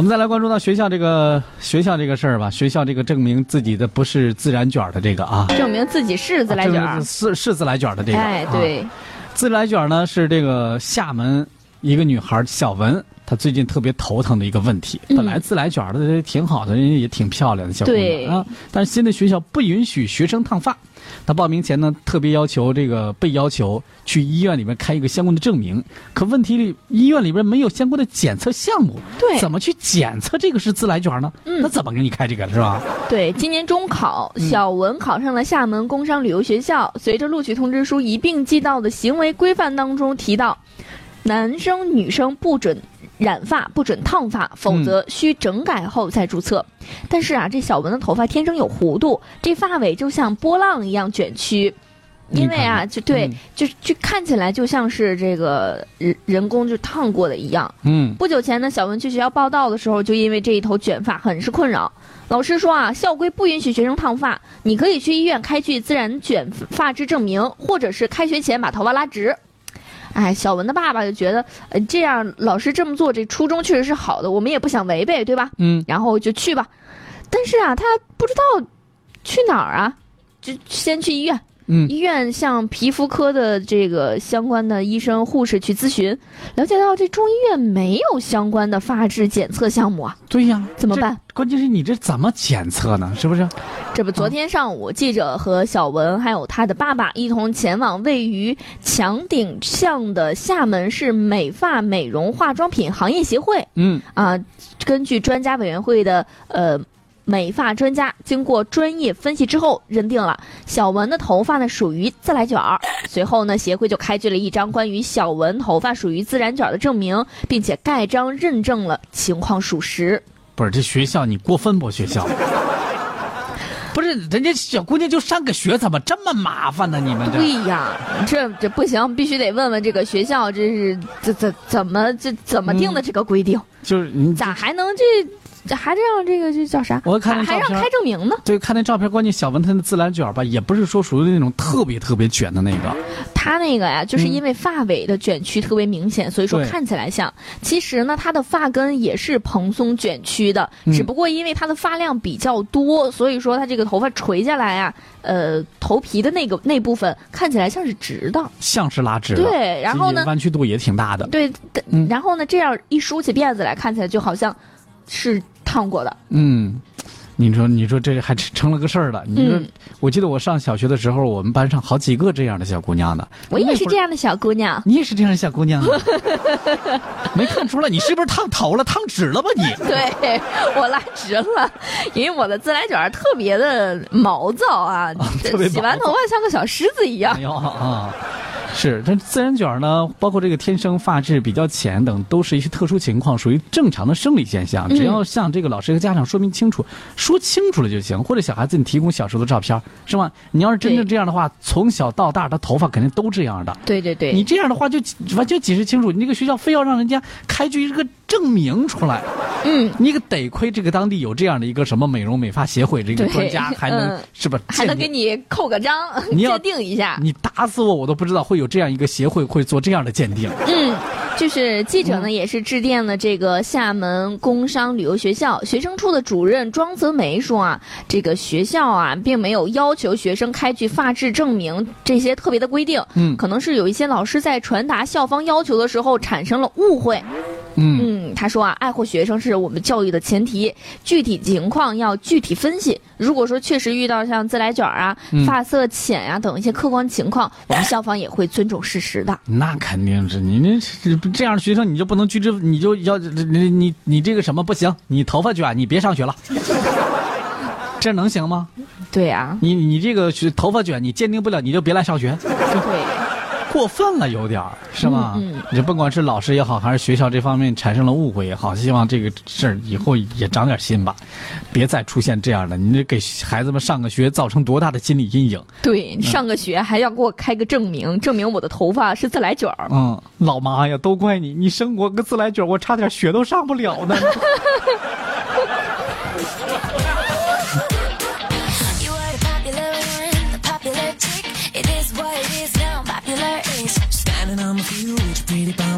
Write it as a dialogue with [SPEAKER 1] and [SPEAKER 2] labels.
[SPEAKER 1] 我们再来关注到学校这个学校这个事儿吧，学校这个证明自己的不是自然卷儿的这个啊，
[SPEAKER 2] 证明自己是自来卷
[SPEAKER 1] 啊
[SPEAKER 2] 儿
[SPEAKER 1] 这个。是是自来卷儿的这个，
[SPEAKER 2] 哎，
[SPEAKER 1] 啊
[SPEAKER 2] 对，
[SPEAKER 1] 自来卷呢是这个厦门一个女孩小文，她最近特别头疼的一个问题。
[SPEAKER 2] 嗯
[SPEAKER 1] 本来自来卷的人也挺好的，人家也挺漂亮的小姑
[SPEAKER 2] 对
[SPEAKER 1] 娘啊，但是新的学校不允许学生烫发。她报名前呢，特别要求这个被要求去医院里面开一个相关的证明。可问题里，医院里边没有相关的检测项目，
[SPEAKER 2] 对
[SPEAKER 1] 怎么去检测这个是自来卷呢？
[SPEAKER 2] 嗯
[SPEAKER 1] 那怎么给你开这个是吧？
[SPEAKER 2] 对，今年中考，
[SPEAKER 1] 嗯
[SPEAKER 2] 小文考上了厦门工商旅游学校。随着录取通知书一并寄到的行为规范当中提到，男生女生不准染发，不准烫发，否
[SPEAKER 1] 嗯
[SPEAKER 2] 则需整改后再注册。但是啊，这小文的头发天生有弧度，这发尾就像波浪一样卷曲。因为
[SPEAKER 1] 你
[SPEAKER 2] 啊，
[SPEAKER 1] 看看
[SPEAKER 2] 就对，
[SPEAKER 1] 嗯
[SPEAKER 2] 就就看起来就像是这个人人工就烫过的一样，
[SPEAKER 1] 嗯，
[SPEAKER 2] 不久前呢，小文去学校报道的时候，就因为这一头卷发很是困扰。老师说啊，校规不允许学生烫发，你可以去医院开具自然卷发质证明，或者是开学前把头发拉直。哎，小文的爸爸就觉得，呃，这样老师这么做，这初衷确实是好的，我们也不想违背，对吧？
[SPEAKER 1] 嗯，
[SPEAKER 2] 然后就去吧。但是啊，他不知道去哪儿啊，就先去医院。
[SPEAKER 1] 嗯
[SPEAKER 2] 医院向皮肤科的这个相关的医生、护士去咨询，了解到这中医院没有相关的发质检测项目啊，
[SPEAKER 1] 对呀，
[SPEAKER 2] 怎么
[SPEAKER 1] 这
[SPEAKER 2] 办？
[SPEAKER 1] 关键是你这怎么检测呢？是不是？
[SPEAKER 2] 这不，昨天上午，记者和小文还有他的爸爸一同前往位于强顶巷的厦门市美发美容化妆品行业协会
[SPEAKER 1] 嗯
[SPEAKER 2] 啊，根据专家委员会的呃美发专家经过专业分析之后，认定了小文的头发呢属于自来卷儿。随后呢，协会就开具了一张关于小文头发属于自然卷儿的证明，并且盖章认证了情况属实。
[SPEAKER 1] 不是这学校，你过分不？学校， 不是人家小姑娘就上个学，怎么这么麻烦呢？你们
[SPEAKER 2] 对
[SPEAKER 1] 这
[SPEAKER 2] 呀，这这不行，必须得问问这个学校，这是这怎怎么这怎么定的这个规定？
[SPEAKER 1] 就是你
[SPEAKER 2] 咋还能这这还这样这个这叫啥？
[SPEAKER 1] 我看
[SPEAKER 2] 还
[SPEAKER 1] 那
[SPEAKER 2] 还
[SPEAKER 1] 照
[SPEAKER 2] 让
[SPEAKER 1] 片儿
[SPEAKER 2] 开证明呢？
[SPEAKER 1] 对看那照片，关键小文她的自来卷吧，也不是说属于那种特别特别卷的那个。
[SPEAKER 2] 他那个呀，就是
[SPEAKER 1] 嗯
[SPEAKER 2] 因为发尾的卷曲特别明显，所以说
[SPEAKER 1] 对
[SPEAKER 2] 看起来像。其实呢，他的发根也是蓬松卷曲的，
[SPEAKER 1] 嗯
[SPEAKER 2] 只不过因为他的发量比较多，所以说他这个头发垂下来啊，呃，头皮的那个那部分看起来像是直的。
[SPEAKER 1] 像是拉直了，
[SPEAKER 2] 对，然后
[SPEAKER 1] 其实
[SPEAKER 2] 呢，
[SPEAKER 1] 弯曲度也挺大的。
[SPEAKER 2] 对，但
[SPEAKER 1] 嗯
[SPEAKER 2] 然后呢，这样一梳起辫子来，看起来就好像是烫过的。
[SPEAKER 1] 嗯，你说你说这还成了个事儿了。你说，
[SPEAKER 2] 嗯
[SPEAKER 1] 我记得我上小学的时候，我们班上好几个这样的小姑娘呢。
[SPEAKER 2] 我也是
[SPEAKER 1] 那会儿
[SPEAKER 2] 这样的小姑娘。
[SPEAKER 1] 你也是这样的小姑娘啊？没看出来，你是不是烫头了、烫直了吧 你？
[SPEAKER 2] 对我拉直了，因为我的自来卷儿特别的毛躁 啊，
[SPEAKER 1] 哦特别毛躁
[SPEAKER 2] 洗完头发像个小狮子一样
[SPEAKER 1] 哎。呦啊！是，但自然卷儿呢，包括这个天生发质比较浅等，都是一些特殊情况，属于正常的生理现象。
[SPEAKER 2] 嗯
[SPEAKER 1] 只要向这个老师和家长说明清楚，说清楚了就行。或者小孩子，你提供小时候的照片儿，是吗？你要是真正
[SPEAKER 2] 对
[SPEAKER 1] 这样的话，从小到大，他头发肯定都这样的。
[SPEAKER 2] 对对对，
[SPEAKER 1] 你这样的话就完全解释清楚，你这个学校非要让人家开具一个证明出来，
[SPEAKER 2] 嗯，
[SPEAKER 1] 你可得亏这个当地有这样的一个什么美容美发协会这个
[SPEAKER 2] 对
[SPEAKER 1] 专家，还能、
[SPEAKER 2] 嗯
[SPEAKER 1] 是吧？
[SPEAKER 2] 还能
[SPEAKER 1] 鉴
[SPEAKER 2] 给
[SPEAKER 1] 定
[SPEAKER 2] 你扣个章，
[SPEAKER 1] 你要
[SPEAKER 2] 鉴定一下。
[SPEAKER 1] 你打死我，我都不知道会有这样一个协会会做这样的鉴定。
[SPEAKER 2] 嗯，就是记者
[SPEAKER 1] 嗯
[SPEAKER 2] 呢也是致电了这个厦门工商旅游学校学生处的主任庄泽梅说啊，这个学校啊并没有要求学生开具发质证明这些特别的规定，
[SPEAKER 1] 嗯
[SPEAKER 2] 可能是有一些老师在传达校方要求的时候产生了误会。
[SPEAKER 1] 嗯
[SPEAKER 2] 嗯，他说啊，爱护学生是我们教育的前提，具体情况要具体分析。如果说确实遇到像自来卷儿啊、
[SPEAKER 1] 嗯
[SPEAKER 2] 发色浅呀、等一些客观情况，我们校方也会尊重事实的。
[SPEAKER 1] 那肯定是你那是这样的学生，你就不能拒之，你就要你你你这个什么不行，你头发卷，你别上学 了。这能行吗？
[SPEAKER 2] 对啊，
[SPEAKER 1] 你你这个学头发卷，你鉴定不了，你就别来上学，
[SPEAKER 2] 对，
[SPEAKER 1] 过分了有点儿，是吗？
[SPEAKER 2] 嗯嗯
[SPEAKER 1] 你这甭管是老师也好，还是学校这方面产生了误会也好，希望这个事儿以后也长点心吧，别再出现这样的，你这给孩子们上个学造成多大的心理阴影？
[SPEAKER 2] 对，上个学还要给我开个证明，证明我的头发是自来卷儿。
[SPEAKER 1] 嗯，老妈呀，都怪你，你生我个自来卷，我差点学都上不了呢。
[SPEAKER 3] You are the popular one, the popular chick. It is what it is now. Popular is
[SPEAKER 4] Standing on my feet with your pretty bum.